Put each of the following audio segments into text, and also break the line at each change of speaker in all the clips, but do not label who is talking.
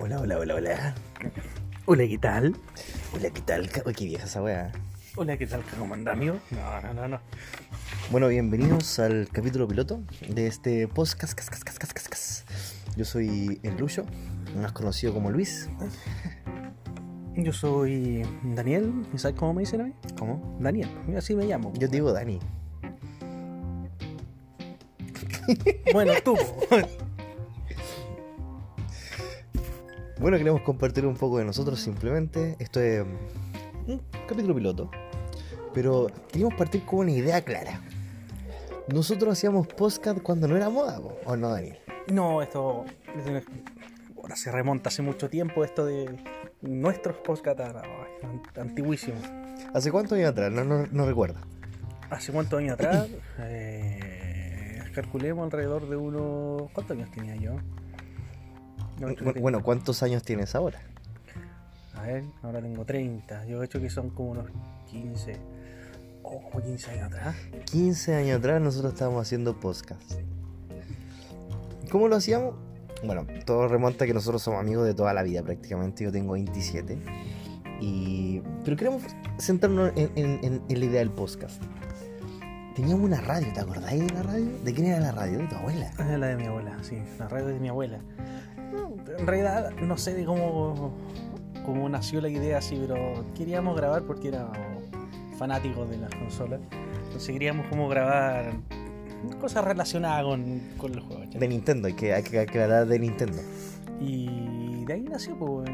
Hola, hola, hola, hola. Hola, ¿qué tal?
Hola, ¿qué tal? Uy, qué vieja esa weá.
Hola, ¿qué tal? ¿Cómo anda, amigo? No, no, no, no.
Bueno, bienvenidos al capítulo piloto de este podcast. cas, cas, cas, cas, cas, cas. Yo soy el Lucho, más conocido como Luis.
Yo soy Daniel. ¿Y sabes cómo me dicen a mí?
¿Cómo?
Daniel. Yo así me llamo.
Yo te digo Dani.
Bueno, tú.
Bueno, queremos compartir un poco de nosotros simplemente. Esto es mm, un capítulo piloto. Pero queríamos partir con una idea clara. Nosotros hacíamos podcast cuando no era moda, po, ¿o no, Daniel?
No, esto. Ahora se remonta hace mucho tiempo esto de nuestros podcasts antiguísimos.
¿Hace cuánto años atrás? No, no, no recuerdo.
¿Hace cuántos años atrás? Eh, calculemos alrededor de uno. ¿Cuántos años tenía yo? No, yo
Bu-
tenía-
Bueno, ¿cuántos años tienes ahora?
A ver, ahora tengo 30. Yo he hecho que son como unos 15. Oh, como 15 años atrás.
15 años atrás nosotros estábamos haciendo podcast. ¿Cómo lo hacíamos? Bueno, todo remonta a que nosotros somos amigos de toda la vida prácticamente. Yo tengo 27. Y... Pero queremos centrarnos en, en- en- en la idea del podcast. Teníamos una radio, ¿te acordáis de la radio? ¿De quién era la radio? De tu abuela.
Ah, la de mi abuela, sí, la radio de mi abuela. No, En realidad, no sé de cómo, cómo nació la idea así, pero queríamos grabar porque era fanáticos de las consolas. Entonces queríamos como grabar cosas relacionadas con, con los juegos. ¿cachai?
De Nintendo, hay que, hay que aclarar de Nintendo.
Y de ahí nació, pues.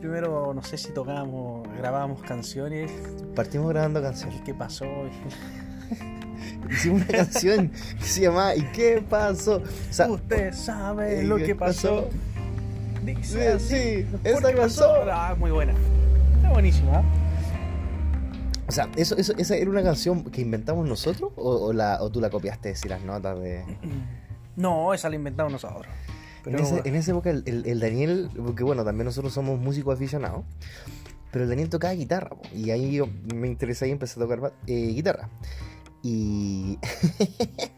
Primero, no sé si tocábamos, grabábamos canciones,
Partimos grabando canciones.
el qué pasó.
Hicimos una canción que se llamaba ¿Y qué pasó? O sea,
Usted sabe
eh,
lo
¿qué
que pasó.
pasó? sí,
Dice así.
sí,
¿Por
esa
qué
pasó.
Ah, muy buena. Está buenísima. ¿eh?
O sea, eso, eso, ¿esa era una canción que inventamos nosotros o, o la, o tú la copiaste si las notas de...?
No, esa la inventamos nosotros. Pero
en, ese- en esa época el, el- el Daniel, porque bueno, también nosotros somos músicos aficionados, pero el Daniel tocaba guitarra po, y ahí yo me interesé y empecé a tocar ba- eh, guitarra. Y...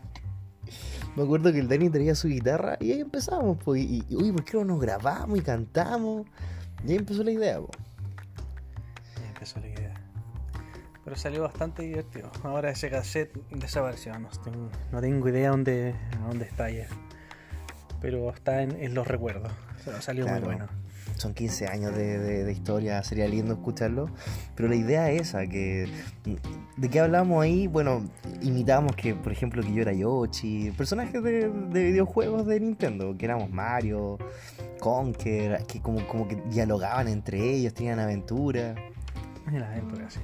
me acuerdo que el Dani traía su guitarra y ahí empezamos, pues, y, y, uy, ¿por qué no nos grabamos y cantamos? Y ahí empezó la idea, po.
empezó la idea. Pero salió bastante divertido. Ahora ese cassette desapareció. No tengo, no tengo idea dónde, dónde está ayer. Pero está en, en los recuerdos. Pero salió
Claro.
muy bueno.
son 15 años de, de- de historia, sería lindo escucharlo. Pero la idea es esa, que de qué hablamos ahí, bueno, imitábamos que, por ejemplo, que yo era Yoshi, personajes de, de videojuegos de Nintendo, que éramos Mario, Conker, que como, como que dialogaban entre ellos, tenían aventuras.
En la aventura, sí.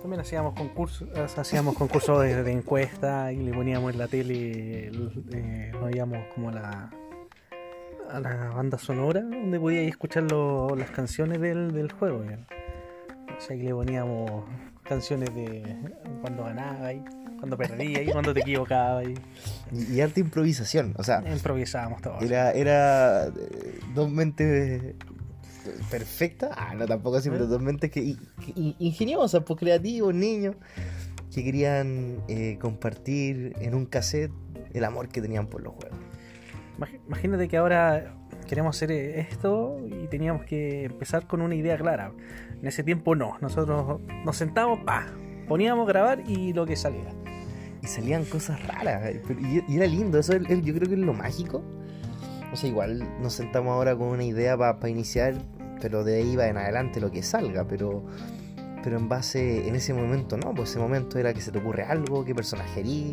También hacíamos concursos, eh, hacíamos concursos de, de encuesta y le poníamos en la tele, el- eh, lo veíamos como a la, a la banda sonora, donde podíais escuchar lo- las canciones del, del juego. ya. O sea, que le poníamos canciones de cuando ganabas, cuando perdías, cuando te equivocabas. y
Y, y harta improvisación, o sea,
Improvisábamos todo.
era, era eh, dos mentes eh, perfectas, ah, no tampoco así, pero dos mentes que, que in- ingeniosas, pues creativos, niños, que querían eh, compartir en un cassette el amor que tenían por los juegos.
Imag- Imagínate que ahora queremos hacer eh, esto y teníamos que empezar con una idea clara. En ese tiempo no, nosotros nos sentábamos, pa, poníamos grabar y lo que salía.
Y salían cosas raras, eh, pero- y, y era lindo, eso es- es- yo creo que es lo mágico. O sea, igual nos sentamos ahora con una idea para iniciar, pero de ahí va en adelante lo que salga, pero... Pero en base, en ese momento no, pues ese momento era que se te ocurre algo, qué personaje erí,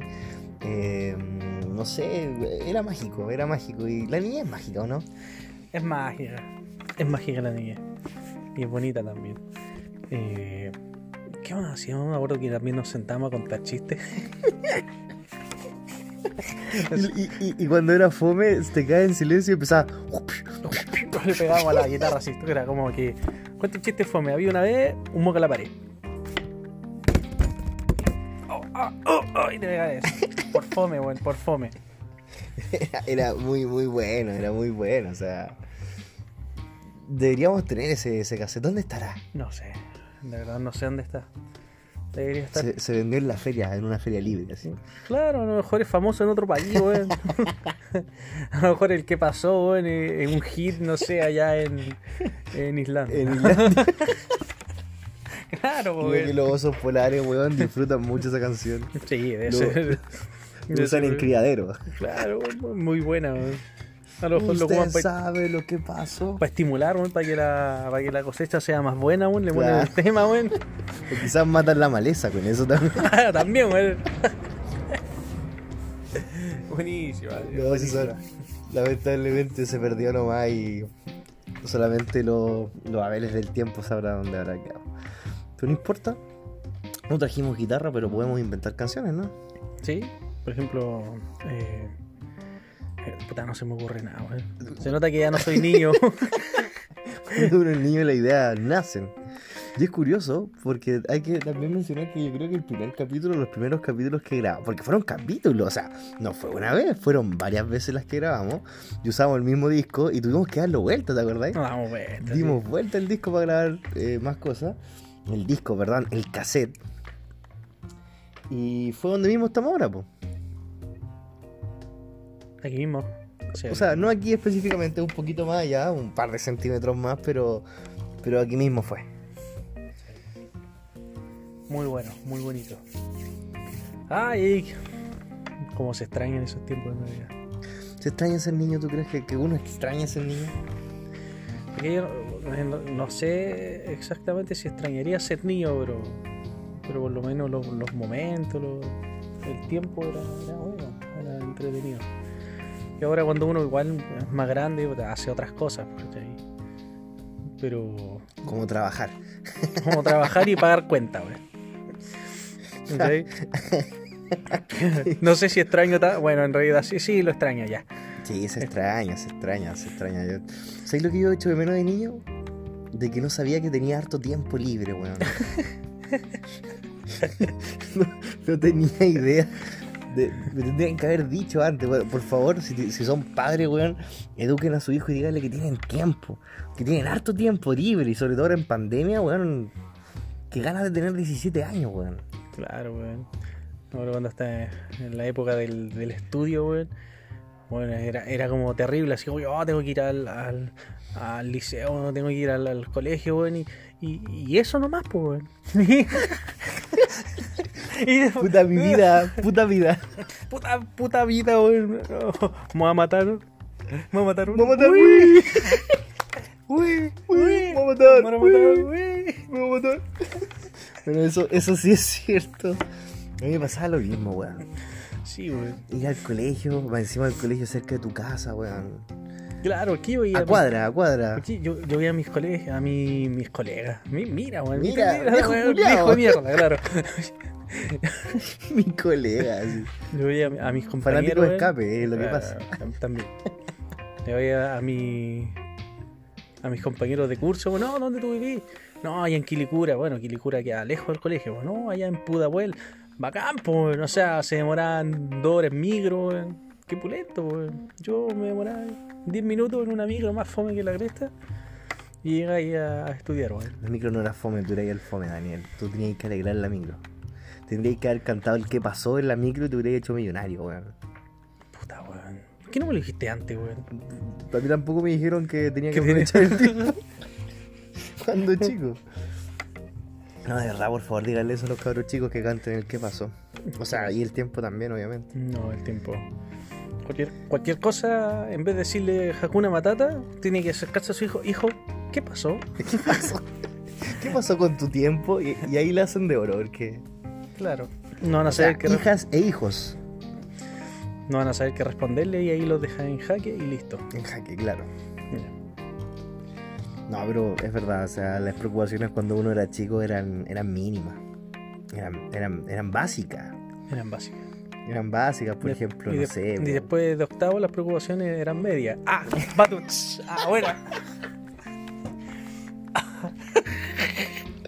eh, no sé, era mágico, era mágico. Y la niña es mágica, ¿o no?
Es mágica, es mágica la niña. Y es bonita también. Eh, ¿Qué más hacíamos? Me acuerdo que también nos sentábamos a contar chistes.
Y, y- y cuando era fome, te cae en silencio y empezaba.
Le pegábamos a la guitarra así, era como que... ¿Cuántos chistes fue? Me había una vez un moco a la pared. Oh, ah, oh, oh, y te pegaba eso. Por fome, weón, por fome.
Era, era muy, muy bueno, era muy bueno, o sea. Deberíamos tener ese, ese cassette. ¿Dónde estará?
No sé, de verdad no sé dónde está. Debería estar.
Se, se vendió en la feria, en una feria libre, así.
Claro, a lo mejor es famoso en otro país, weón. a lo mejor el que pasó, weón, eh, eh, un hit, no sé, allá en, en Islandia.
En Islandia,
Claro,
creo que
weón.
los osos polares, weón, disfrutan mucho esa canción.
Sí, de
lo-
ser.
Lo usan en criadero.
Claro, weón, muy buena, weón. A lo mejor lo ocupan
Usted
para
sabe lo que pasó.
estimular, weón, para que, la- pa' que la cosecha sea más buena, weón. Le ponen
Claro.
el tema, weón.
O quizás matan la maleza con eso también.
Claro, también, weón. Buenísima.
No, sí, son- lamentablemente se perdió nomás y solamente lo- los abeles del tiempo sabrán dónde habrá quedado. Pero no importa, no trajimos guitarra, pero podemos inventar canciones, ¿no?
Sí, por ejemplo. eh, eh, puta, no se me ocurre nada, weón. Se nota que ya no soy niño.
Cuando uno es niño la idea nacen. Y es curioso porque hay que también mencionar que yo creo que el primer capítulo, los primeros capítulos que grabamos, porque fueron capítulos, o sea, no fue una vez, fueron varias veces las que grabamos y usamos el mismo disco y tuvimos que darlo vuelta, ¿te acordáis?
No este, damos vueltas, sí.
Dimos vuelta el disco para grabar eh, más cosas. El disco, perdón, el cassette. Y fue donde mismo estamos ahora, po.
Aquí mismo. Sí.
O sea, no aquí específicamente, un poquito más allá, un par de centímetros más, pero, pero aquí mismo fue.
Muy bueno, muy bonito. Ay, cómo se extrañan esos tiempos de mi vida.
¿Se extraña ser niño? ¿Tú crees que, que uno extraña ser niño?
Porque yo eh, no, no sé exactamente si extrañaría ser niño, pero, pero por lo menos los, los momentos, los- el tiempo era, era bueno, era entretenido. Y ahora cuando uno igual es más grande, hace otras cosas, ¿cachai? Pero
Como trabajar.
como trabajar y pagar cuenta, güey. ¿Ok? No sé si extraño ta- Bueno, en realidad sí, sí, lo extraño ya.
Sí, se extraña, se extraña, se extraña. Yo- ¿Sabes lo que yo he hecho de menos de niño? De que no sabía que tenía harto tiempo libre, weón. no, no tenía idea. de- me tendrían que haber dicho antes, weón, por favor, si, te- si son padres, weón, eduquen a su hijo y díganle que tienen tiempo. Que tienen harto tiempo libre y sobre todo ahora en pandemia, weón. Que ganas de tener 17 años, weón.
Claro, güey. Ahora cuando está en la época del, del estudio, güey. Bueno, era, era como terrible, así como yo tengo que ir al, al, al liceo, tengo que ir al, al colegio, güey. Y, y, y eso nomás, pues, güey. Y-
Puta mi vida, puta vida.
puta, puta vida, güey. No. Me va a matar. Me va a matar.
Me voy a matar,
Uy.
uy. Uy, uy, me voy a matar,
Bueno,
uy.
bueno, bueno.
Me voy a matar. Pero eso, eso sí es cierto. A mí me pasaba lo mismo, weón.
Sí, güey.
Ir al colegio, va encima del colegio cerca de tu casa, weón.
Claro, aquí yo iba
A cuadra, a cuadra.
Aquí yo, yo iba a mis colegas, a mi- mis colegas. Mi- mira, güey.
Mira, viejo
güey,
culiao.
viejo de mierda, claro.
Mi colega, así. eh.
Yo veía a mis compañeros.
Fanático de
güey.
escape, es lo que
Claro,
pasa.
tam- También. Yo veía a mi a mis compañeros de curso, güey, no, ¿dónde tú vivís? No, allá en Quilicura, bueno, Quilicura queda lejos del colegio, güey, no, allá en Pudahuel, bacán, pues, güey, o sea, se demoraban dos horas en micro, güey. qué pulento, güey. yo me demoraba 10 minutos en una micro más fome que la cresta y llegué ahí a a estudiar, güey.
La micro no era fome, tú eras el fome, Daniel. Tú tenías que alegrar la micro. Tendrías que haber cantado el que pasó en la micro y te hubieras hecho millonario, weón.
Puta, weón. ¿Por qué no me lo dijiste antes, weón?
A mí tampoco me dijeron que tenía que
Que tiene-
aprovechar el tiempo. Cuando chico. No, de verdad, por favor, díganle eso a los cabros chicos que canten el qué pasó. O sea, y el tiempo también, obviamente.
No, el tiempo. Cualquier, cualquier cosa, en vez de decirle Hakuna Matata, tiene que acercarse a su hijo. Hijo, ¿qué pasó?
¿Qué pasó? ¿Qué pasó con tu tiempo? Y, y ahí la hacen de oro, porque.
Claro. No van a
O sea,
saber qué, re-
hijas e hijos.
no van a saber qué responderle y ahí los dejan en jaque y listo.
En jaque, claro.
Mira.
No, pero es verdad, o sea, las preocupaciones cuando uno era chico eran, eran mínimas. Eran, eran, eran básicas.
Eran básicas.
Eran básicas, por
De-
ejemplo,
y
no
de-
sé.
Y
weón.
después de octavo las preocupaciones eran medias. ¡Ah! ¡Batuch! Ah, ¡Ahora!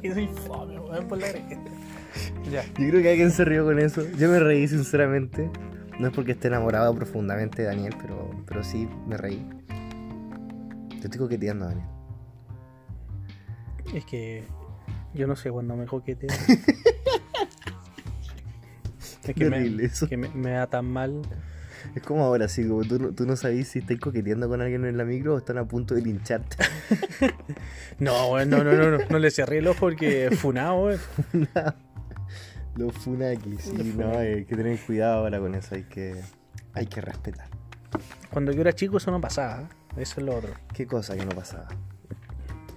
y soy fome, weón, por la cresta. Ya.
Yo creo que alguien se rió con eso. Yo me reí, sinceramente. No es porque esté enamorado profundamente de Daniel, pero, pero sí me reí. Te estoy coqueteando, Daniel.
Es que yo no sé cuándo me coqueteo. es que, me,
Terrible eso.
que me, me da tan mal.
Es como ahora, así como tú, no- tú no sabes si estás coqueteando con alguien en la micro o están a punto de lincharte.
No, weón, no, no, no, no, no le cerré el ojo porque funado, weón.
Los funakis, sí,
Los
no,
funakis.
hay que tener cuidado ahora con eso, hay que, hay que respetar.
Cuando yo era chico eso no pasaba, ¿eh? eso es lo otro.
¿Qué cosa que no pasaba?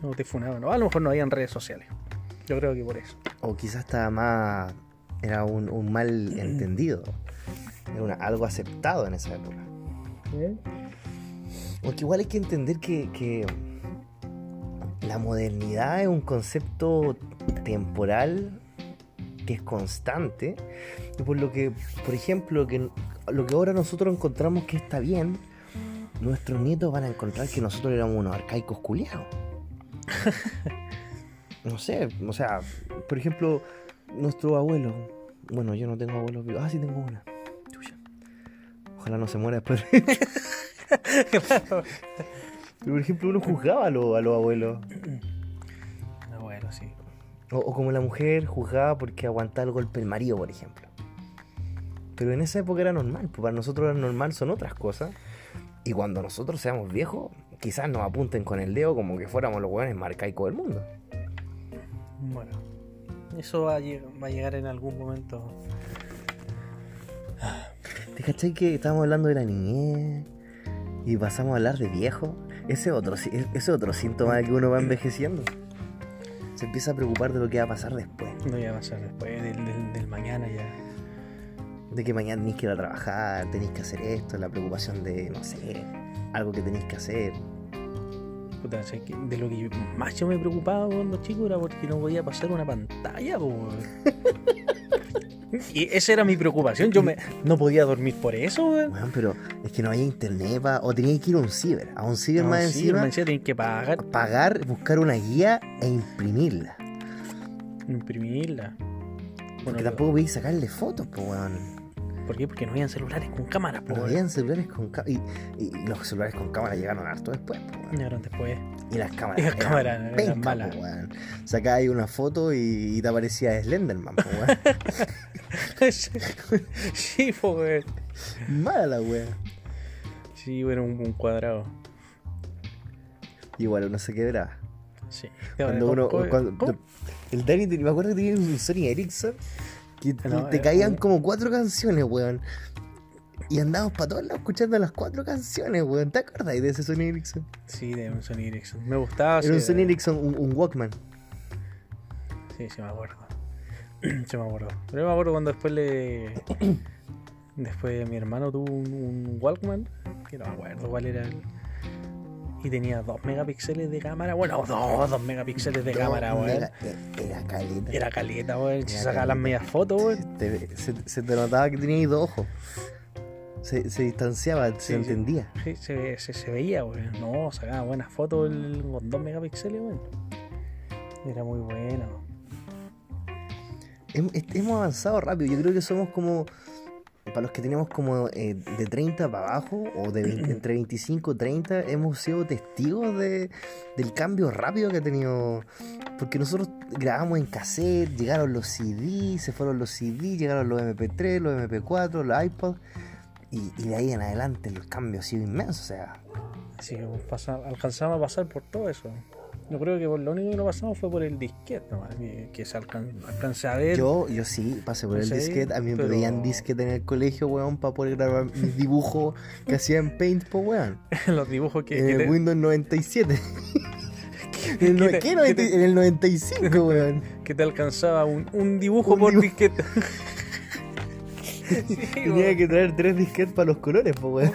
No te funaban, no. a lo mejor no habían redes sociales. Yo creo que por eso.
O quizás estaba más. Era un, un mal entendido. Era una- algo aceptado en esa época. Porque igual hay que entender que, que la modernidad es un concepto temporal que es constante. Y por lo que, por ejemplo, que lo que ahora nosotros encontramos que está bien, nuestros nietos van a encontrar que nosotros éramos unos arcaicos culiados. no sé, o sea, por ejemplo, nuestro abuelo. Bueno, yo no tengo abuelos vivos. Ah, sí tengo una. Chucha. Ojalá no se muera después. Pero, por ejemplo, uno juzgaba a, lo- a los abuelos.
No, Ah, bueno, sí.
O, o como la mujer juzgaba porque aguantaba el golpe del marido, por ejemplo. Pero en esa época era normal. pues para nosotros era normal, son otras cosas. Y cuando nosotros seamos viejos, quizás nos apunten con el dedo como que fuéramos los hueones más arcaicos del mundo.
Bueno, eso va a, lleg- va a llegar en algún momento.
¿Te cachai que estábamos hablando de la niñez? Y pasamos a hablar de viejo. Ese es otro, sí- ese es otro síntoma de que uno va envejeciendo. Se empieza a preocupar de lo que va a pasar después.
No ya va a ser después del, del- del mañana ya.
De que mañana tenéis que ir a trabajar, tenéis que hacer esto, la preocupación de, no sé, algo que tenéis que hacer.
Puta, sé que de lo que yo- más yo me preocupaba cuando chico era porque no podía pasar una pantalla, po, weón. Y esa era mi preocupación. Yo me, no podía dormir por eso, weón.
Weón, pero es que no había internet pa- o teníais que ir a un ciber, a un ciber
No,
más
sí,
encima,
más encima tienen que pagar,
pagar, buscar una guía e imprimirla.
imprimirla. Bueno,
Porque tampoco podíais sacarle fotos, pues, weón.
¿Por qué? Porque no habían celulares con cámara, po,
No
weón.
habían celulares con cámara. Y, y los celulares con cámara llegaron harto después, pues, weón.
Llegaron después.
Y las cámaras.
Y las
eran
cámaras eran
pencas,
malas.
pues, weón. Sacabais una foto y, y te aparecía Slenderman, pues, weón.
sí, po, weón.
Mala la wea.
Sí, era un, un cuadrado.
Igual uno se quebraba.
Sí.
Cuando uno.
¿Cómo-
cuando-
cómo?
el Dani, te- me acuerdo que tenía un Sony Ericsson que te,
Ah, No, eh,
te
era
caían
un-
como cuatro canciones, weón. Y andábamos para todos lados escuchando las cuatro canciones, weón. ¿Te acordáis de ese Sony Ericsson?
Sí, de un Sony Ericsson. Me gustaba.
Era un
Ah, sí,
Sony Ericsson, un, un Walkman.
Sí, sí, me acuerdo. Sí, me acuerdo. Pero me acuerdo cuando después le. Después mi hermano tuvo un, un Walkman, que no me acuerdo cuál era el. Y tenía 2 megapíxeles de cámara. Bueno, 2, 2 megapíxeles de
Todo
cámara,
un
weón.
mega- Era, caleta.
Era caleta, weón. Si
Era
sacaba las
caleta.
medias fotos, weón.
Te- se, se te notaba que tenías dos ojos. Se, se distanciaba,
Sí, sí.
se entendía.
Sí, se, ve- se, se veía, weón. No, sacaba buenas fotos el- con 2 megapíxeles, weón. Era muy bueno.
Hem- est- Hemos avanzado rápido. Yo creo que somos como. Para los que tenemos como eh, de 30 para abajo, o de 20 entre 25 y 30, hemos sido testigos de, del cambio rápido que ha tenido. Porque nosotros grabamos en cassette, llegaron los CD, se fueron los CD, llegaron los MP3, los MP4, los iPod. Y, y de ahí en adelante el cambio ha sido inmenso. O sea,
Así que pues, pasa- alcanzamos a pasar por todo eso. Yo creo que por lo único que no pasamos fue por el disquete, nomás, que, que se alcan- alcancé a ver.
yo, yo sí pasé por el
Sí,
disquete. A mí me
pero-
pedían disquete en el colegio, weón, para poder grabar mis dibujos que hacía en Paint, pues, weón.
los dibujos que,
en
que
el
te-
Eh, Windows 97. en, el, no-
que te-
¿qué 90?
que te-
En el 95, weón.
que te alcanzaba un, un dibujo
Un
por
dibujo.
disquete. sí, pues.
Tenía que traer tres disquetes para los colores, po, weón.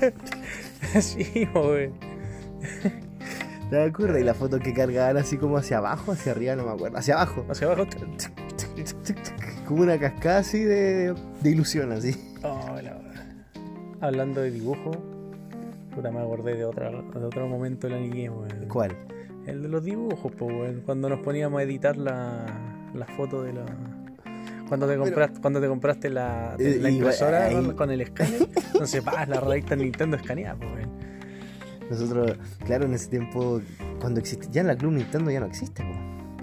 weón. Sí, pues. weón.
¿Te acuerdas? Y la foto que cargaban así como hacia abajo, hacia arriba, no me acuerdo. Hacia abajo.
Hacia abajo.
Como una cascada así de, de ilusión, así.
Oh, la verdad. Hablando de dibujo, puta, me acordé de, otra, de otro momento de la niñez, weón.
¿Cuál?
El de los dibujos, pues, weón. Cuando nos poníamos a editar la, la foto de la. Cuando te compraste, cuando te compraste la,
Eh,
la
y
impresora
ahí-
con, con el escáner, entonces vas la revista Nintendo escaneada, pues, weón.
Nosotros, claro, en ese tiempo, cuando existía. Ya en la Club Nintendo ya no existe, po.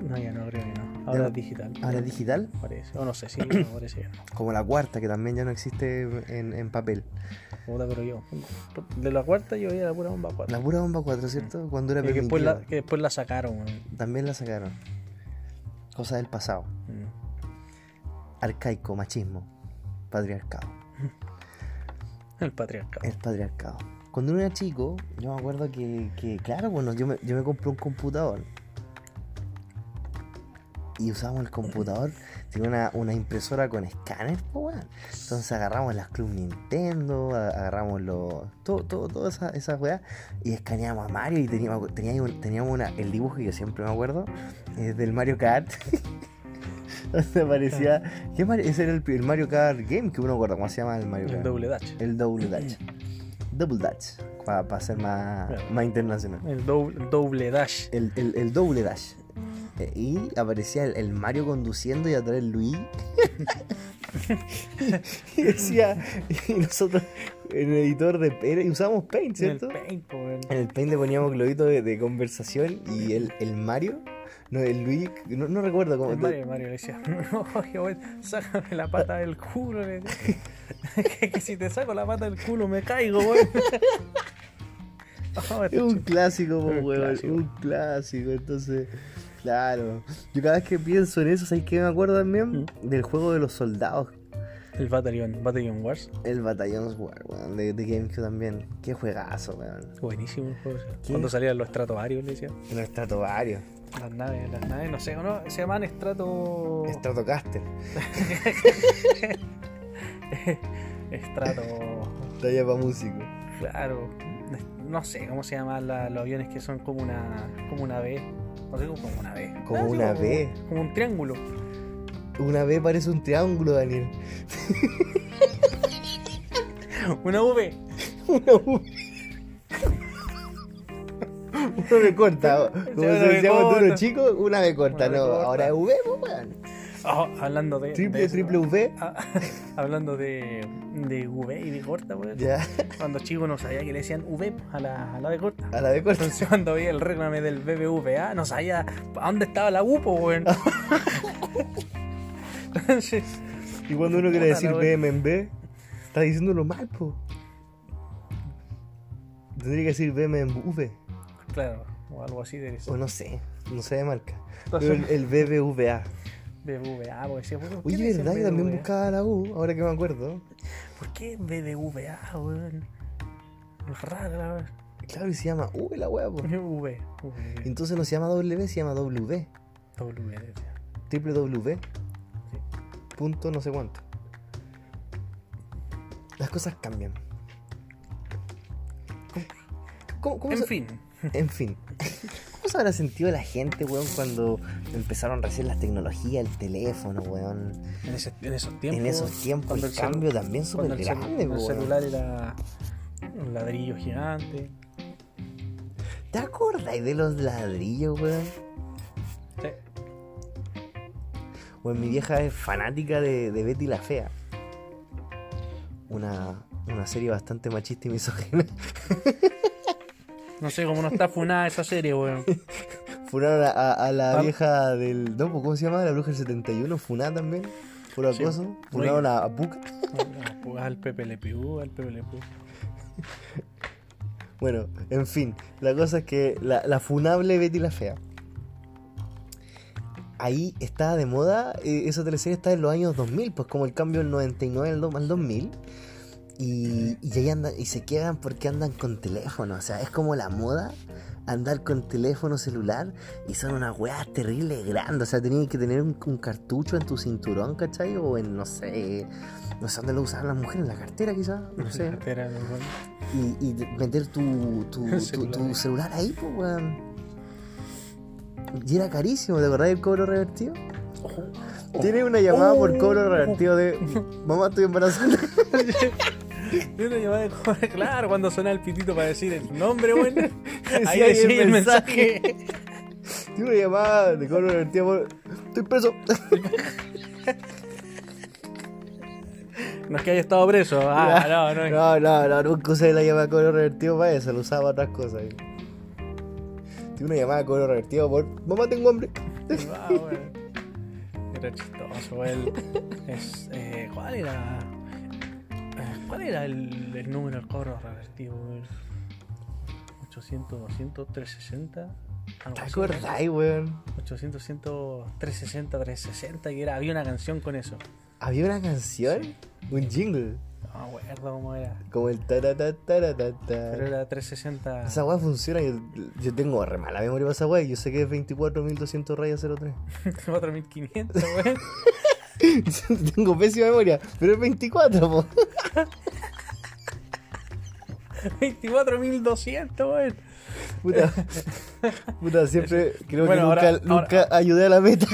No, ya no creo que no. Ahora
de-
es digital.
ahora es digital,
Parece. O no sé si sí, parece que no.
como la cuarta, que también ya no existe en, en papel.
Puta, pero yo. De la cuarta yo veía la pura bomba 4.
La pura bomba 4, ¿cierto? Cuando era
Mm. que, después
permitida.
la, que después la sacaron. weón.
También la sacaron. Cosa del pasado.
Mm.
Arcaico, machismo, patriarcado.
El patriarcado.
El patriarcado. Cuando uno era chico, yo me acuerdo que, que, claro, bueno, yo me, yo me compré un computador. Y usábamos el computador, tenía una, una impresora con escáner, po, weón. Entonces agarramos las Club Nintendo, a- agarramos los. todo, todo, todas esas esas weas. Y escaneamos a Mario y teníamos, teníamos, teníamos una, el dibujo que yo siempre me acuerdo, es del Mario Kart. Donde aparecía. ¿qué Mario? Ese era el, el Mario Kart Game que uno acuerda, ¿cómo se llama el Mario Kart?
El doble dash.
El double dutch. Double dutch. Para ser más,
Claro.
más internacional.
El doble, doble dash.
El, el- el double dash. Eh, Y aparecía el, el Mario conduciendo y atrás el Luis. y decía, y nosotros en el editor de era- y usábamos Paint, ¿cierto?
El paint, po, weón.
En el Paint le poníamos globito de, de conversación y el, el Mario, no, el Luis, no, no recuerdo cómo.
El Mario, Mario le decía, oye, weón, sácame la pata del culo. le decía. que, que si te saco la pata del culo me caigo, weón. Oh,
Es un clásico, po,
Es un
weón.
clásico.
Un clásico. Entonces, claro. Yo cada vez que pienso en eso, ¿sabes qué me acuerdo también?
Mm.
Del juego de los soldados.
el Battalion, Battalion Wars.
El Batallón War, weón. De, de GameCube también. Qué juegazo, weón.
Buenísimo el juego. ese.
¿Qué?
Cuando salían los estratovarios, le decía.
En el Stratovarios.
Las naves, las naves, no sé, ¿o ¿no? Se llaman estrato.
Stratocaster.
Estrato.
Talla para músico.
Claro. No sé cómo se llaman la- los aviones que son como una. como una B. No sé, como una B. Ah,
Como
sí,
una B.
Como un triángulo.
Una vez parece un triángulo, Daniel.
Una V.
Una U. Una B corta, como
Una
se
B
decía cuando uno
corta.
chico, una B corta,
Una B
no,
corta.
ahora es V, po, weón.
Oh, hablando de. de
Triple,
eso,
triple V,
ah, hablando de. de V y de corta, weón.
ya,
Cuando chico no sabía que le decían V a la, a la B corta.
a la B corta.
Entonces cuando vi el réglame del BBVA no sabía a dónde estaba la UPO, weón. Entonces,
Y cuando uno quiere
Puta
decir
la wea.
BMB, está diciéndolo mal, po. Tendría que decir BMV,
claro, o algo así de
o
eso.
Pues no sé, no sé de marca. Pero
Entonces,
el, el BBVA.
BBVA, porque decía, ¿por qué le
Oye,
dicen
¿verdad? Yo también
BBVA?
buscaba la U, ahora que me acuerdo.
¿Por qué BBVA, weón? Es raro, la verdad.
Claro, y se llama U la wea, po.
V, V,
Entonces no se llama W, se llama W.
W, decía.
Triple W. Punto no sé cuánto. Las cosas cambian. ¿Cómo, cómo
En
se-
fin,
En fin. ¿Cómo se habrá sentido la gente, weón, cuando empezaron recién las tecnologías, el teléfono, weón?
en, ese- en esos tiempos.
en esos tiempos
cuando
el
celu-
cambio también
cuando
súper
el celu-
grande,
El
weón.
celular era un ladrillo gigante.
¿Te acordáis de los ladrillos, weón?
Sí.
Weón, mi vieja es fanática de, de Betty la Fea. Una, una serie bastante machista y misógina.
No sé cómo no está funada esa serie, weón.
Funaron a, a- a la
Ah.
vieja del. No, pues, ¿cómo se llama? La bruja del 71, funada también. Por
Sí.
acoso. Funaron a, a Puka.
Pues al PPLPU, al PPLPU.
Bueno, en fin, la cosa es que la, la funable Betty la Fea. Ahí estaba de moda, eh, esa teleserie está en los años 2000, pues como el cambio del 99 al, do- al 2000. Y, y ahí andan, y se quedan porque andan con teléfono, o sea, es como la moda andar con teléfono celular y son unas weas terribles grandes, o sea, tenían que tener un, un cartucho en tu cinturón, ¿cachai? O en, no sé, no sé dónde lo usaban las mujeres, en la cartera quizás, no sé
Era lo bueno.
y, y de- meter tu, tu, tu-
Celular
tu
ahí.
celular ahí, pues, weón. Y era carísimo, ¿te acordás del cobro revertido?
Oh.
Tiene una llamada por cobro revertido de mamá estoy embarazada.
Yo lo llamaba de cobre, claro, cuando sonaba el pitito para decir el nombre, bueno.
ahí
Ahí
el
decía el mensaje.
Tiene una llamada de cobro revertido por estoy preso.
No es que haya estado preso. Ah, no, no. es-
no, no, no, nunca usé la llamada de cobro revertido para eso, lo usaba para otras cosas. Tiene una llamada de cobro revertido por mamá tengo hambre.
Ah, bueno. Era chistoso. Él es, eh, ¿Cuál era? eh, ¿Cuál era el, el número del cobro revertido? güey? 800, 200, 360. algo
¿Te
así,
acordáis, weón?
güey. 800, 100, 360, 360. Y era, había una canción con eso.
Había una canción, un jingle,
No me acuerdo cómo era.
como el tarata, tarata,
Pero era 360.
Esa weá funciona. Yo, yo tengo re mala memoria para esa weá. Yo sé que es 24.200 rayas 03.
4500, güey.
tengo pésima memoria, pero es 24, po.
24200, güey.
Puta, puta siempre creo
Bueno,
que
ahora-
nunca, nunca ayudé a la meta.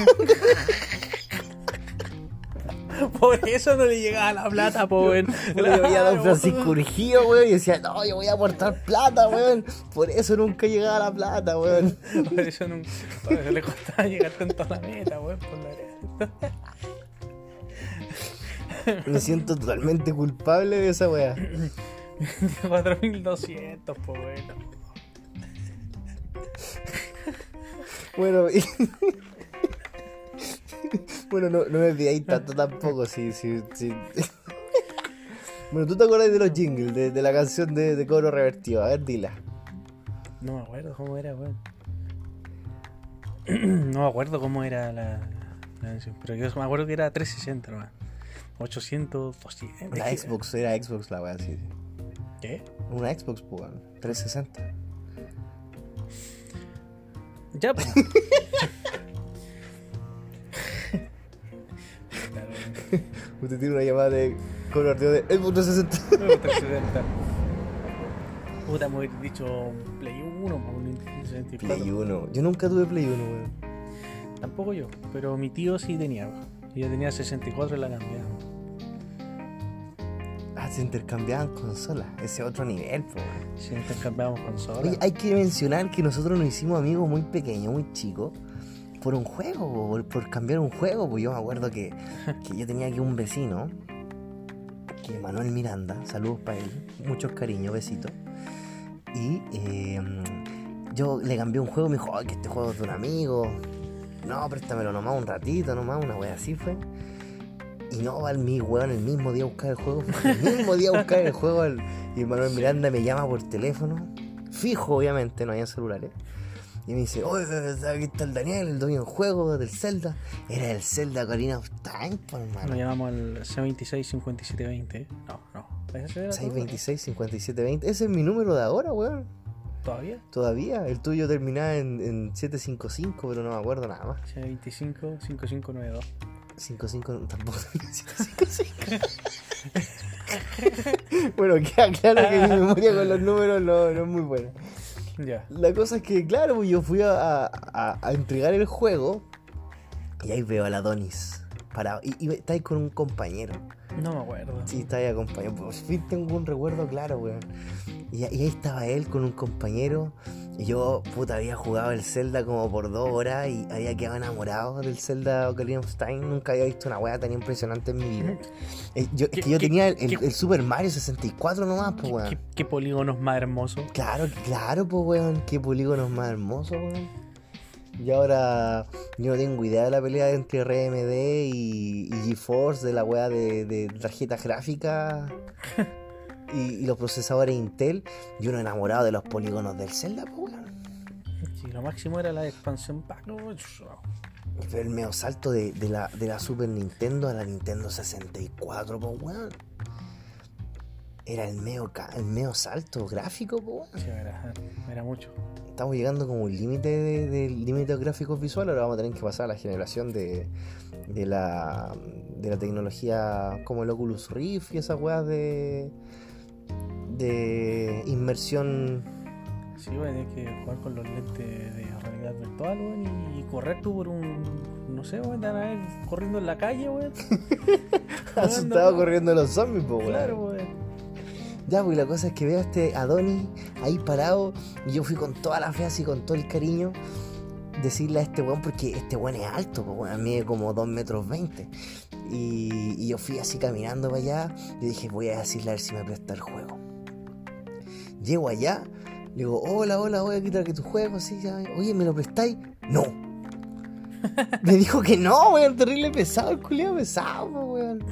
Por eso no le llegaba la plata, pobre.
Puta, yo veía a
Claro,
don Francisco Urgido, weón, y decía, no, yo voy a aportar plata, weón. Por eso nunca llegaba la plata, weón.
Por eso nunca por eso le costaba llegar tanto a la meta, weón. por la verga.
Me siento totalmente culpable de esa weá.
4200, pues bueno.
Bueno, y- bueno, no, no me olvidéis tanto tampoco, sí, sí, sí. Bueno, ¿tú te acuerdas de los jingles, de, de la canción de, de Coro Revertido? A ver, dila.
No me acuerdo cómo era, weón. No me acuerdo cómo era la, la canción, pero yo me acuerdo que era 360, nomás. 800, 200.
Una Xbox, era Xbox la weá, sí. sí.
¿Qué?
Una Xbox, pues, weón, 360.
Ya, pues.
Usted tiene una llamada de Coro Revertido de Xbox 360.
Luego 360. Puta, me hubiera dicho un Play 1, o un Nintendo 64.
Play 1. Yo nunca tuve Play 1, weón.
Tampoco yo, pero mi tío sí tenía. Y yo tenía 64 y la cambiamos.
Ah, se intercambiaban consolas. Ese otro nivel, po, weón.
Sí, intercambiamos consolas.
Oye, hay que mencionar que nosotros nos hicimos amigos muy pequeños, muy chicos. Por un juego, po, por, por cambiar un juego. Pues yo me acuerdo que, que yo tenía aquí un vecino, que Manuel Miranda, saludos para él, muchos cariños, besitos. Y eh, yo le cambié un juego, me dijo, ay, que este juego es de un amigo. No, préstamelo nomás un ratito, nomás, una wea así fue. Y no va el mi weón el mismo día a buscar el juego. fue El mismo día a buscar el juego. al- y Manuel Miranda me llama por teléfono. Fijo, obviamente, no había celulares. Y me dice, oye, aquí está el Daniel, el dueño del juego, del Zelda. Era el Zelda Corina of Time, po,
Lo
hermano.
llamamos el C26-5720. No, no. ¿Ese era
626 5720. Ese es mi número de ahora, weón.
¿Todavía?
Todavía. El tuyo terminaba en, en 755, pero no me acuerdo nada más.
C25-5592.
55 tampoco termina en 755. bueno, queda claro que mi memoria con los números no, no es muy buena.
Ya.
La cosa es que, claro, pues, yo fui a, a- a entregar el juego y ahí veo a la Donis. Parado. Y, y está ahí con un compañero.
No me acuerdo.
Sí, estaba ahí acompañado. Por fin tengo un recuerdo claro, weón. Y, y ahí estaba él con un compañero. Y yo, puta, había jugado el Zelda como por dos horas y había quedado enamorado del Zelda Ocarina of Time. Nunca había visto una weá tan impresionante en mi vida. Eh, yo-
¿Qué-
es que yo
qué-
tenía el, el-
qué-
el Super Mario 64 nomás, pues,
¿Qué,
weón.
qué, qué polígonos más hermosos?
Claro, claro, pues, weón. Qué polígonos más hermosos, weón. Y ahora yo no tengo idea de la pelea entre RMD y, y GeForce, de la weá de, de tarjetas gráficas y, y los procesadores Intel. Y uno enamorado de los polígonos del Zelda, pues, weón.
Sí, lo máximo era la expansión pack. No, yo-
Pero el medio salto de, de la, de la Super Nintendo a la Nintendo 64, pues, weón. Era el medio, ca- el medio salto gráfico, pues, weón.
sí, era, era mucho.
Estamos llegando como un límite de- del límite gráfico visual, ahora vamos a tener que pasar a la generación de, de la, de la tecnología como el Oculus Rift y esas weas de, de inmersión.
Sí, voy a tener que jugar con los lentes de realidad virtual, weón, y correr tú por un. No sé, weón, te van a ver corriendo en la calle, weón.
Asustado
Ah, no.
corriendo los zombies, po, weón.
claro, weón.
Ya, pues la cosa es que veo a este Adonis ahí parado y yo fui con toda la fe así, con todo el cariño, decirle a este weón, porque este weón es alto, pues weón, mide como 2 metros 20. Y, y yo fui así caminando para allá y dije, voy a decirle a ver si me presta el juego. Llego allá, le digo, hola, hola, voy a quitar que tu juego, sí, ya. oye, ¿me lo prestáis? No. Me dijo que no, weón, terrible pesado, el culiado pesado, po, weón.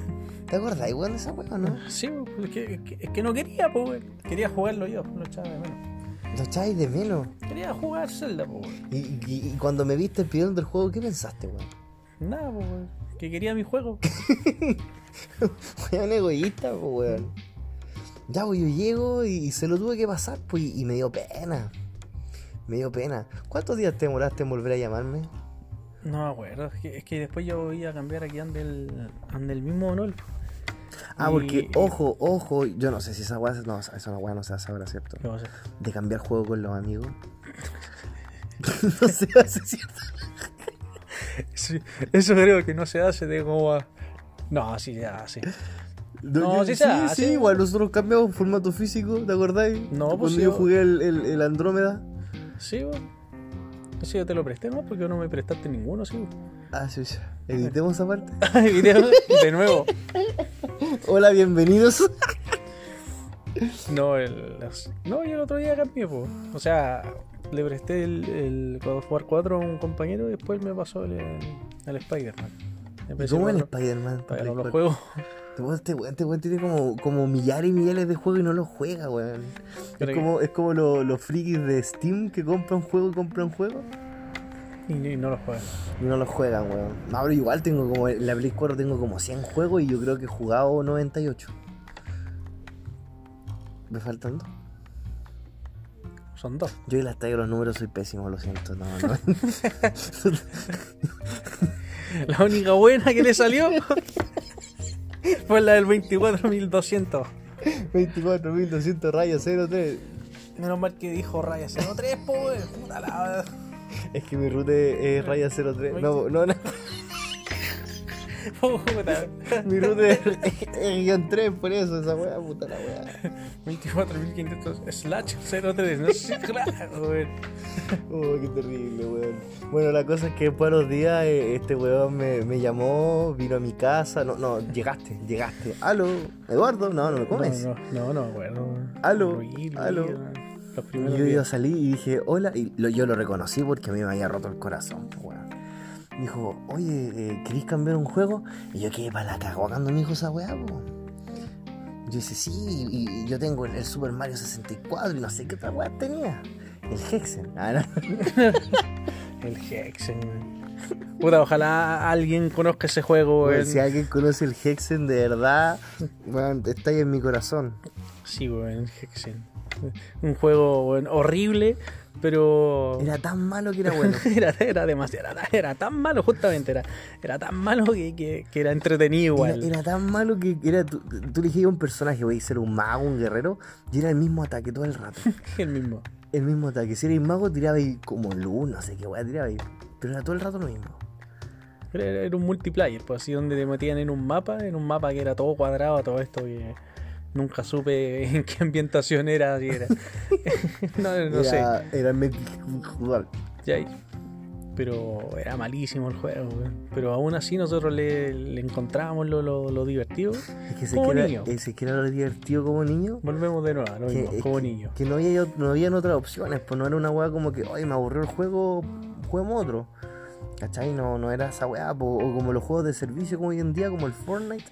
¿Te acordás, weón, de esa weón, no?
Sí, pues, es que, es que- es que no quería, pues, weón. Quería jugarlo yo, lo echaba de menos.
Lo echáis de menos.
Quería jugar Zelda, pues, weón.
Y, y- y cuando me viste pidiendo el juego, ¿qué pensaste, weón?
Nada, pues, weón. Que quería mi juego.
Weón egoísta, po, weón. Ya, pues yo llego y, y se lo tuve que pasar, pues, y, y me dio pena. Me dio pena. ¿Cuántos días te demoraste en volver a llamarme?
No me acuerdo. Es que, es que después yo iba a cambiar aquí ande el, ande el mismo Onol.
Ah,
Y-
porque, ojo, ojo, yo no sé si esa weá, no, esa weá no se hace ahora, ¿cierto?
¿Qué va a hacer?
De cambiar juego con los amigos. no se hace, ¿cierto?
Sí, eso creo que no se hace de como a... No, sí se hace. No,
yo-
sí se hace.
sí, igual nosotros cambiamos formato físico, ¿te acordáis?
No,
Cuando
pues sí,
yo
o-
jugué el, el- el Andrómeda.
Sí, weón. Eso yo te lo presté, ¿no? Porque no me prestaste ninguno, sí. weón.
Ah, sí, sí. Editemos esa parte.
Ay, video de nuevo.
Hola, bienvenidos.
No, el, las- no, yo el otro día cambié, po. O sea, le presté el, el God of War 4 a un compañero y después me pasó el, el, el Spider-Man. El
¿Y
PC4.
¿Cómo el Spider-Man?
Todavía no lo
Play
juego.
Este weón- Este weón, este weón tiene como, como millares y millares de juegos y no los juega, weón.
Pero
Es como, es como lo- los frikis de Steam que compran juego y compran juego
Y, y no lo juego.
y no los juegan, weón. Ahora igual tengo como, en la Play 4 tengo como 100 juegos y yo creo que he jugado 98. Me faltan dos.
Son dos.
Yo y las traigo los números, soy pésimo, lo siento. No, no.
La única buena que le salió fue la del 24.200.
24.200 rayas 03.
Menos mal que dijo Raya 03, po, weón. puta la.
Es que mi ruta es raya 03. No, no, no.
Puta.
Mi ruta es, es- es guión 3, por eso, esa weá, puta la weá.
24.500 slash 03. No sé, claro, weón.
Oh, qué terrible, weón. Bueno, la cosa es que después de los días eh, este weón me, me llamó, vino a mi casa. No, no, llegaste, llegaste. Aló, Eduardo, no, no me comes.
No, no, no, no me acuerdo.
Aló,
Ruiz,
aló.
Ruiz, Los
Y
primeros
yo, yo
días.
salí y dije, hola, y lo- yo lo reconocí porque a mí me había roto el corazón, pues, weón. Dijo, oye, eh, ¿querís cambiar un juego? Y yo quedé para la cagua cuando me dijo esa weá, po. Yo dije, sí, y, y yo tengo el, el Super Mario 64 y no sé qué otra weá tenía. El Hexen. Ah, no.
El Hexen, weón. Puta, ojalá alguien conozca ese juego,
Weón,
weón.
si alguien conoce el Hexen de verdad, weón, está ahí en mi corazón.
Sí, weón, el Hexen. Un juego weón, horrible, pero.
Era tan malo que era bueno.
Era, era demasiado, era, era tan malo, justamente, era, era tan malo que, que- que era entretenido
Era,
igual.
era tan malo que era tú, tú elegías un personaje, voy a ser un mago, un guerrero, y era el mismo ataque todo el rato.
El mismo.
El mismo ataque. Si eres mago, tiraba ahí como luz, no sé qué weá tiraba ahí. Pero era todo el rato lo mismo.
Era, era- era un multiplayer, pues así donde te metían en un mapa, en un mapa que era todo cuadrado, todo esto que nunca supe en qué ambientación era, si era. no no sé.
era, Era medio- jugar.
ya ahí. Pero era malísimo el juego, weón. Pero aún así nosotros le, le encontrábamos lo, lo- lo divertido.
Es que se
Como
que era,
niño.
es que era lo divertido como niño.
Volvemos de nuevo, a lo
Que,
mismo,
es
como
que-
niño.
Que no había, no habían otras opciones, pues no era una weá como que, ay, me aburrió el juego, juguemos otro. ¿Cachai? No, no era esa weá, po, o como los juegos de servicio como hoy en día, como el Fortnite,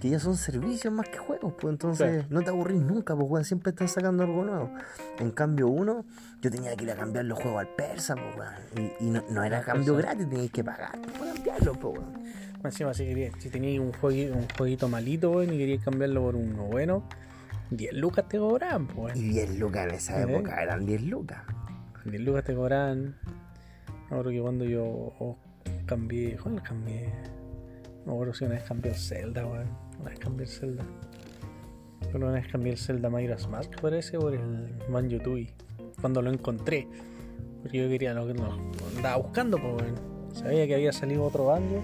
que ya son servicios más que juegos, pues entonces
Claro.
no te aburrís nunca, pues weón, siempre estás sacando algo nuevo. En cambio, uno, yo tenía que ir a cambiar los juegos al persa, pues weón, y, y no, no era cambio
Persa.
gratis, tenías que pagar para cambiarlo, pues weón.
Encima, si, querías- si tenías un, juegui- un jueguito malito, weón, y querías cambiarlo por uno bueno, 10 lucas te cobraban, pues.
Y 10 lucas en esa
¿Eh?
época, eran 10 lucas.
10 lucas te cobraban. Ahora que cuando yo oh, cambié, ¿cuál cambié? No, bueno, si una vez cambié el Zelda, weón. Una vez cambié el Zelda. Pero una vez cambié el Zelda Majora's Mask, parece, por el Banjo Tui. Cuando lo encontré. Porque yo quería lo que no. Andaba buscando, pues, weón. Sabía que había salido otro Banjo.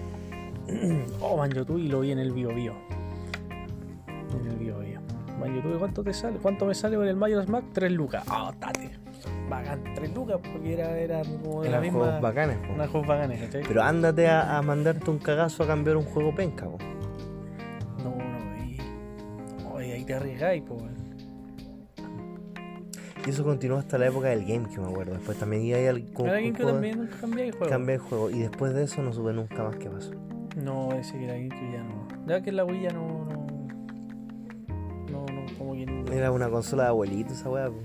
oh, Banjo Tui, lo vi en el Bio Bio. En el Bio Bio. Banjo Tui, ¿cuánto te sale? ¿Cuánto me sale por el Majora's Mask? 3 lucas. Ah, tate. Bacán, 3 lucas, porque era, era como la
Eran
misma.
juegos bacanes, pues.
Una juegos bacanes, ¿cachai?
Pero ándate a, a mandarte un cagazo a cambiar un juego penca, po.
No, no, y, no, y ahí te arriesgáis, po, weón.
Y eso continuó hasta la época del GameCube, me acuerdo. Después también iba ahí al con-
Era GameCube
con-
también cambié el juego.
cambié el juego. Y después de eso no supe nunca más qué pasó.
No, ese que era GameCube ya no. Ya que la Wii ya no. No, no, no como que no.
Era una consola de abuelito esa weá. po.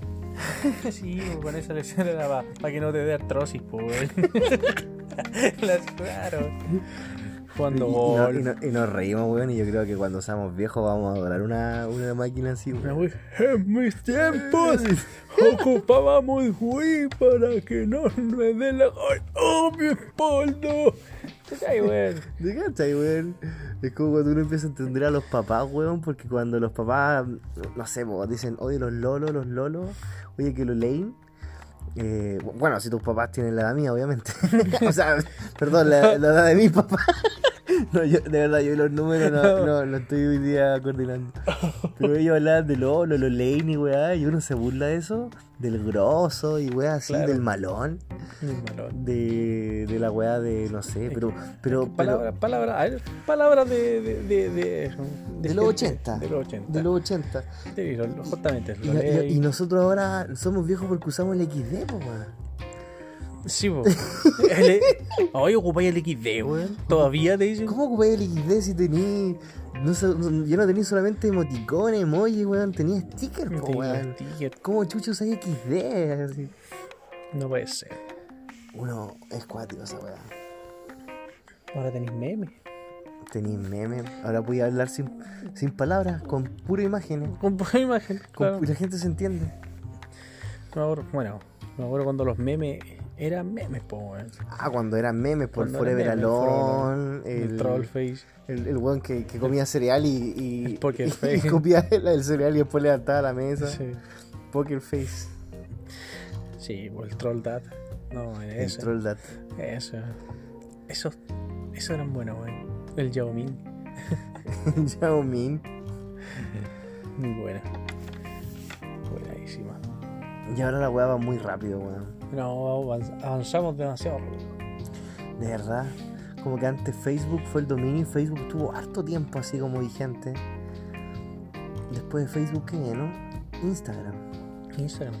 Sí, po, con esa lección era para que no te dé artrosis, pues. claro.
Y,
Jugando
y no-
golf.
y no- y nos reímos, weón. Y yo creo que cuando seamos viejos vamos a adorar una, una máquina así, weón.
La Wii, En mis tiempos ocupábamos Wii para que no me dé la. ¡Ay, ¡Oh, mi espalda! Ay, weón.
¿Te cachai, weón? Es como cuando uno empieza a entender a los papás, weón, porque cuando los papás, no sé, po, dicen, oye, los lolos, los lolos, oye, que lo leen. eh, bu- bueno, si tus papás tienen la edad mía, obviamente. o sea, perdón, la, la edad de mis papás. No, yo, de verdad, yo los números no, no, no estoy hoy día coordinando. Pero ellos hablaban de Lolo, los Lane y weá, y uno se burla de eso, del grosso y weá así,
Claro.
del malón,
Mi malón.
de, de la weá de, no sé, pero... pero, pero
Palabras, palabras, a ver, palabras de. de, de, de,
De los 80.
De los 80.
De los 80.
Sí, lo- lo- justamente.
Y,
lo
y-
leí.
y nosotros ahora somos viejos porque usamos el XD, po, weón.
Sí, po. El- Hoy ocupáis el XD, weón. Todavía te dicen.
¿Cómo ocupáis el XD si tení. No, sé, no- yo no tenía solamente emoticones, emojis, weón. Tenía stickers, po,
Te digo,
weón.
"Tío,
¿Cómo chucho usáis XD? Así.
No puede ser.
Uno es cuático esa weá.
Ahora tenéis memes.
Tení memes. Ahora podía hablar sin, sin palabras, con pura imágenes.
Con pura imagen.
Con
claro.
pu- y la gente se entiende.
Me acuerdo- bueno, me acuerdo cuando los memes eran memes, po, weón.
Ah, cuando eran memes, por
Cuando eran
Forever
memes,
Alone,
El,
el,
Trollface.
El, el weón que, que comía cereal y, y,
El Poker
y-
Face.
y comía el, el cereal y después levantaba la mesa.
Sí,
Poker Face.
sí, o el Troll Dad. No, era
El
eso.
troll dat.
Eso. Esos, esos eran buenos, weón. El Yao Ming.
Yao Ming.
Muy buena. Buenísima.
Y ahora la weá va muy rápido, weón.
No, avanz- avanzamos demasiado.
De verdad. Como que antes Facebook fue el dominio y Facebook tuvo harto tiempo así como vigente. Después de Facebook, ¿qué ganó? Instagram.
Instagram.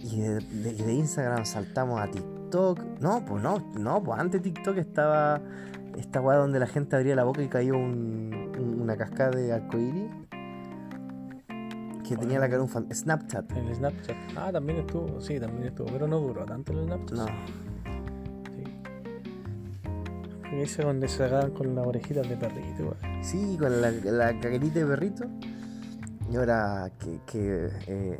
Y de, de- de Instagram saltamos a TikTok. No, pues no, no, pues antes TikTok estaba esta weá donde la gente abría la boca y caía un- un- una cascada de arcoíris. Que tenía la cara un fan. Snapchat.
El Snapchat. Ah, también estuvo. Sí, también estuvo. Pero no duró tanto el Snapchat.
No.
Sí. Ese donde se agarran con las orejitas de perrito, weón.
Sí, con la, la caguerita de perrito. Y ahora que, que, eh,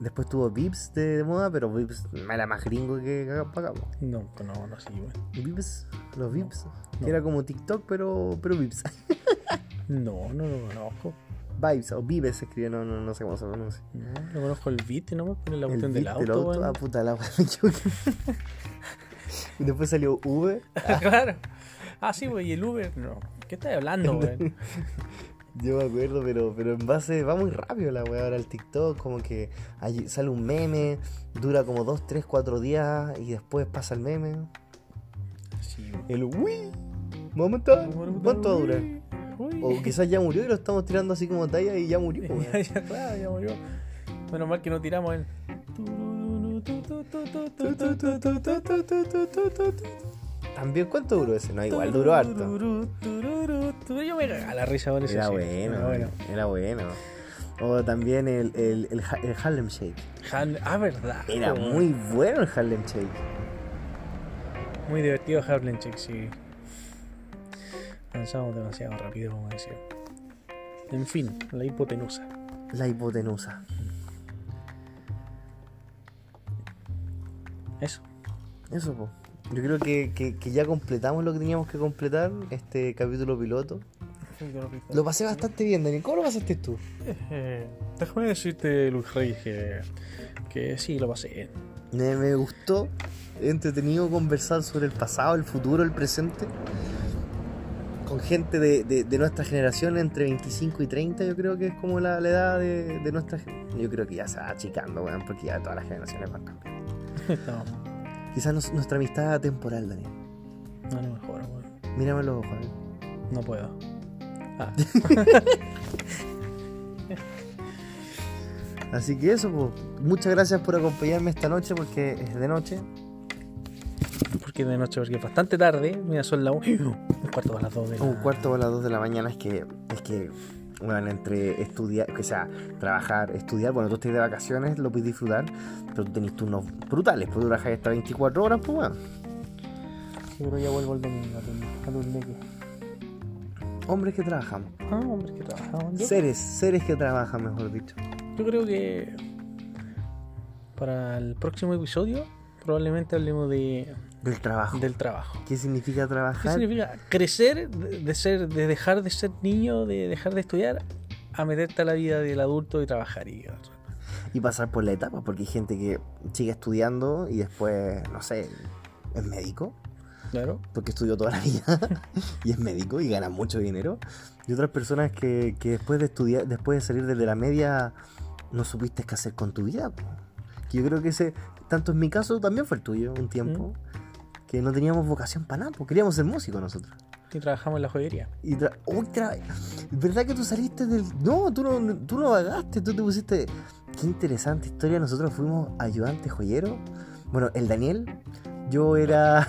después tuvo Vips de, de moda, pero Vips era más gringo que acá para acá. po.
No, pues no, no, sí, weón.
Vips, los Vips.
No.
Que era como TikTok, pero, pero Vips.
No, no lo conozco.
Vibes o Vives se escribe, no, no, no sé cómo se pronuncia.
No, no conozco el beat nomás, pero la
El
cuestión del
Vip
auto,
del auto,
weón.
ah, puta la wea, me equivoqué. Y después salió V,
claro. Ah, sí, güey, y el Uber, no. ¿Qué estás hablando, güey?
yo me acuerdo, pero, pero en base va muy rápido la wea ahora el TikTok, como que ahí sale un meme, dura como 2, 3, 4 días y después pasa el meme.
Sí, güey.
El Wii. Momento. ¿Cuánto dura?
Uy.
O quizás ya murió y lo estamos tirando así como talla y ya murió. po,
ya,
weón.
ya, claro, ya murió. Menos mal que no tiramos el.
También cuánto duró ese, no, igual duró harto.
Yo me cagaba la risa con eso.
Era
sí.
bueno,
Era bueno.
era bueno. O también el, el, el, Ha- el Harlem Shake.
Han- Ah, verdad.
Era
güey.
muy bueno el Harlem Shake.
Muy divertido Harlem Shake, sí. Avanzamos demasiado rápido, como decía. En fin, la hipotenusa.
La hipotenusa.
Eso.
Eso, po. Yo creo que, que- que ya completamos lo que teníamos que completar, este capítulo piloto. Lo pasé bastante bien, Dani. ¿Cómo lo pasaste tú?
Eh, déjame decirte, Luis Reyes, que, que sí, lo pasé.
Me, me gustó, entretenido conversar sobre el pasado, el futuro, el presente. Con gente de, de- de nuestra generación, entre 25 y 30, yo creo que es como la, la edad de, de nuestra gen- Yo creo que ya se va achicando, weón, porque ya todas las generaciones van cambiando.
Estamos
Quizás nos- nuestra amistad atemporal, Dani.
a lo mejor, weón.
Mírame los ojos, a ver.
No puedo. Ah,
Así que eso, pues, muchas gracias por acompañarme esta noche porque es de noche.
Porque de noche, porque es bastante tarde. Mira, son las un un cuarto a las dos de la
Un cuarto a las 2 de la mañana es que, es que, bueno, entre estudiar, o sea, trabajar, estudiar, bueno, tú estás de vacaciones, lo puedes disfrutar, pero tú tenés turnos brutales, puedes trabajar hasta 24 horas, pues, bueno.
Seguro ya vuelvo el domingo a tu- a tu leque.
Hombres que trabajan,
Ah, hombre, que trabajamos. Yo,
seres, seres que trabajan, mejor dicho.
yo creo que para el próximo episodio probablemente hablemos de,
Del trabajo.
del trabajo.
¿Qué significa
¿Qué
trabajar?
significa crecer, de, de ser, de dejar de ser niño, de dejar de estudiar, a meterte a la vida del adulto y trabajar? Y,
Y pasar por la etapa, porque hay gente que sigue estudiando y después, no sé, es médico.
claro,
porque estudió toda la vida y es médico y gana mucho dinero. Y otras personas que, que después de estudiar, después de salir desde la media, no supiste qué hacer con tu vida. po. Que yo creo que ese, tanto en mi caso, también fue el tuyo un tiempo. Que no teníamos vocación para nada, po. queríamos ser músicos nosotros.
y trabajamos en la joyería.
Y tra- Uy, tra- ¿Verdad que tú saliste del.? No, tú no, tú no vagaste, tú te pusiste. Qué interesante historia. Nosotros fuimos ayudantes joyeros. Bueno, el Daniel, yo era.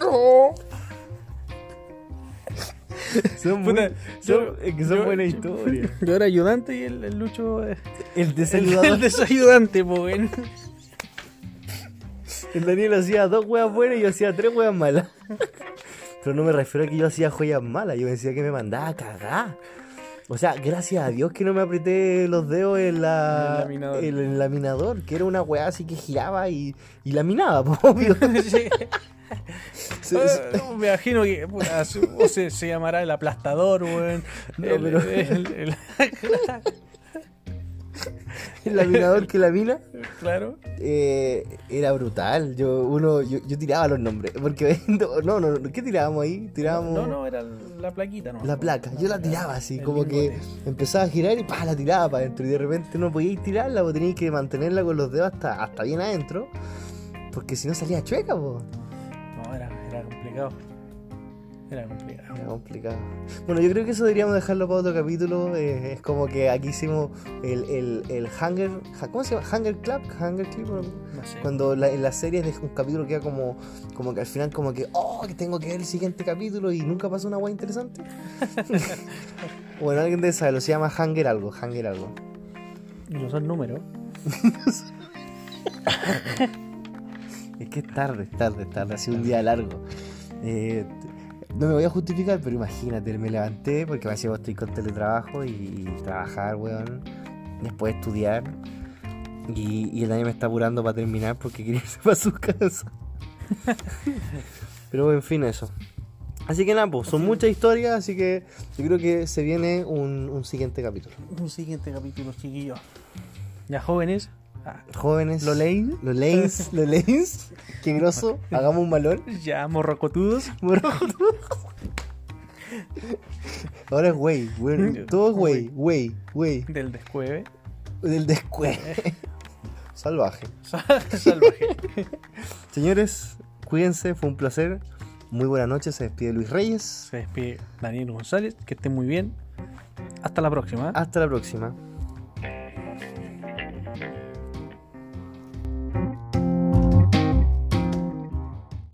no. Son, muy-
Puta,
son-
yo-
es que son
yo-
buena historia.
Yo era ayudante y el, el Lucho es
El
el,
desayudador.
el desayudante, po, weón.
El Daniel hacía dos huevas buenas y yo hacía tres huevas malas. Pero no me refiero a que yo hacía joyas malas, yo decía que me mandaba a cagar. O sea, gracias a Dios que no me apreté los dedos en la,
En el laminador.
en el laminador, que era una hueá así que giraba y, y laminaba, po, obvio.
Sí.
Se-
Ah,
se-
me imagino que puta, su- o se, se llamará el aplastador, weón.
No,
El-
pero-
el- el-
el laminador que lamina
claro.
eh, era brutal. Yo uno yo, yo tiraba los nombres, porque no, no, no, ¿qué tirábamos ahí? Tirábamos
No, no, era la plaquita, ¿no?
La placa, yo la tiraba así,
El
como que
lingote.
empezaba a girar y pa, la tiraba para adentro. Y de repente no podíais tirarla, vos teníais que mantenerla con los dedos hasta, hasta bien adentro, porque si no salía chueca, po.
No, era, era complicado. Era complicado.
Era complicado. Bueno, yo creo que eso deberíamos dejarlo para otro capítulo. eh, es como que aquí hicimos el, el, el Hunger. ja- ¿Cómo se llama? Hunger Club. Hunger Club. ¿no?
No sé.
Cuando la- en las series de un capítulo queda como, como que al final, como que, oh, que tengo que ver el siguiente capítulo y nunca pasa una guay interesante. bueno, alguien de esa lo se llama Hunger algo, Hunger algo.
No son números.
Es que es tarde, es tarde, es tarde, ha sido un día largo. Eh, t- no me voy a justificar, pero imagínate, me levanté porque me decía, estoy con teletrabajo y, y trabajar, weón. Después estudiar. Y, y el año me está apurando para terminar porque quiere irse para su casa. pero en fin, eso. Así que nada, pues, son muchas historias, así que yo creo que se viene un, un siguiente capítulo.
Un siguiente capítulo, chiquillos. Ya jóvenes. Ah,
Jóvenes. Lo leins. Lo leins. Lo leins. Qué grosso. Hagamos un balón.
ya morrocotudos.
Ahora es güey, güey, todo es güey, güey, güey,
Del descueve.
del descue. Salvaje.
Salvaje.
Señores, cuídense, fue un placer. Muy buenas noches, se despide Luis Reyes.
Se despide Daniel González. Que estén muy bien. Hasta la próxima.
Hasta la próxima.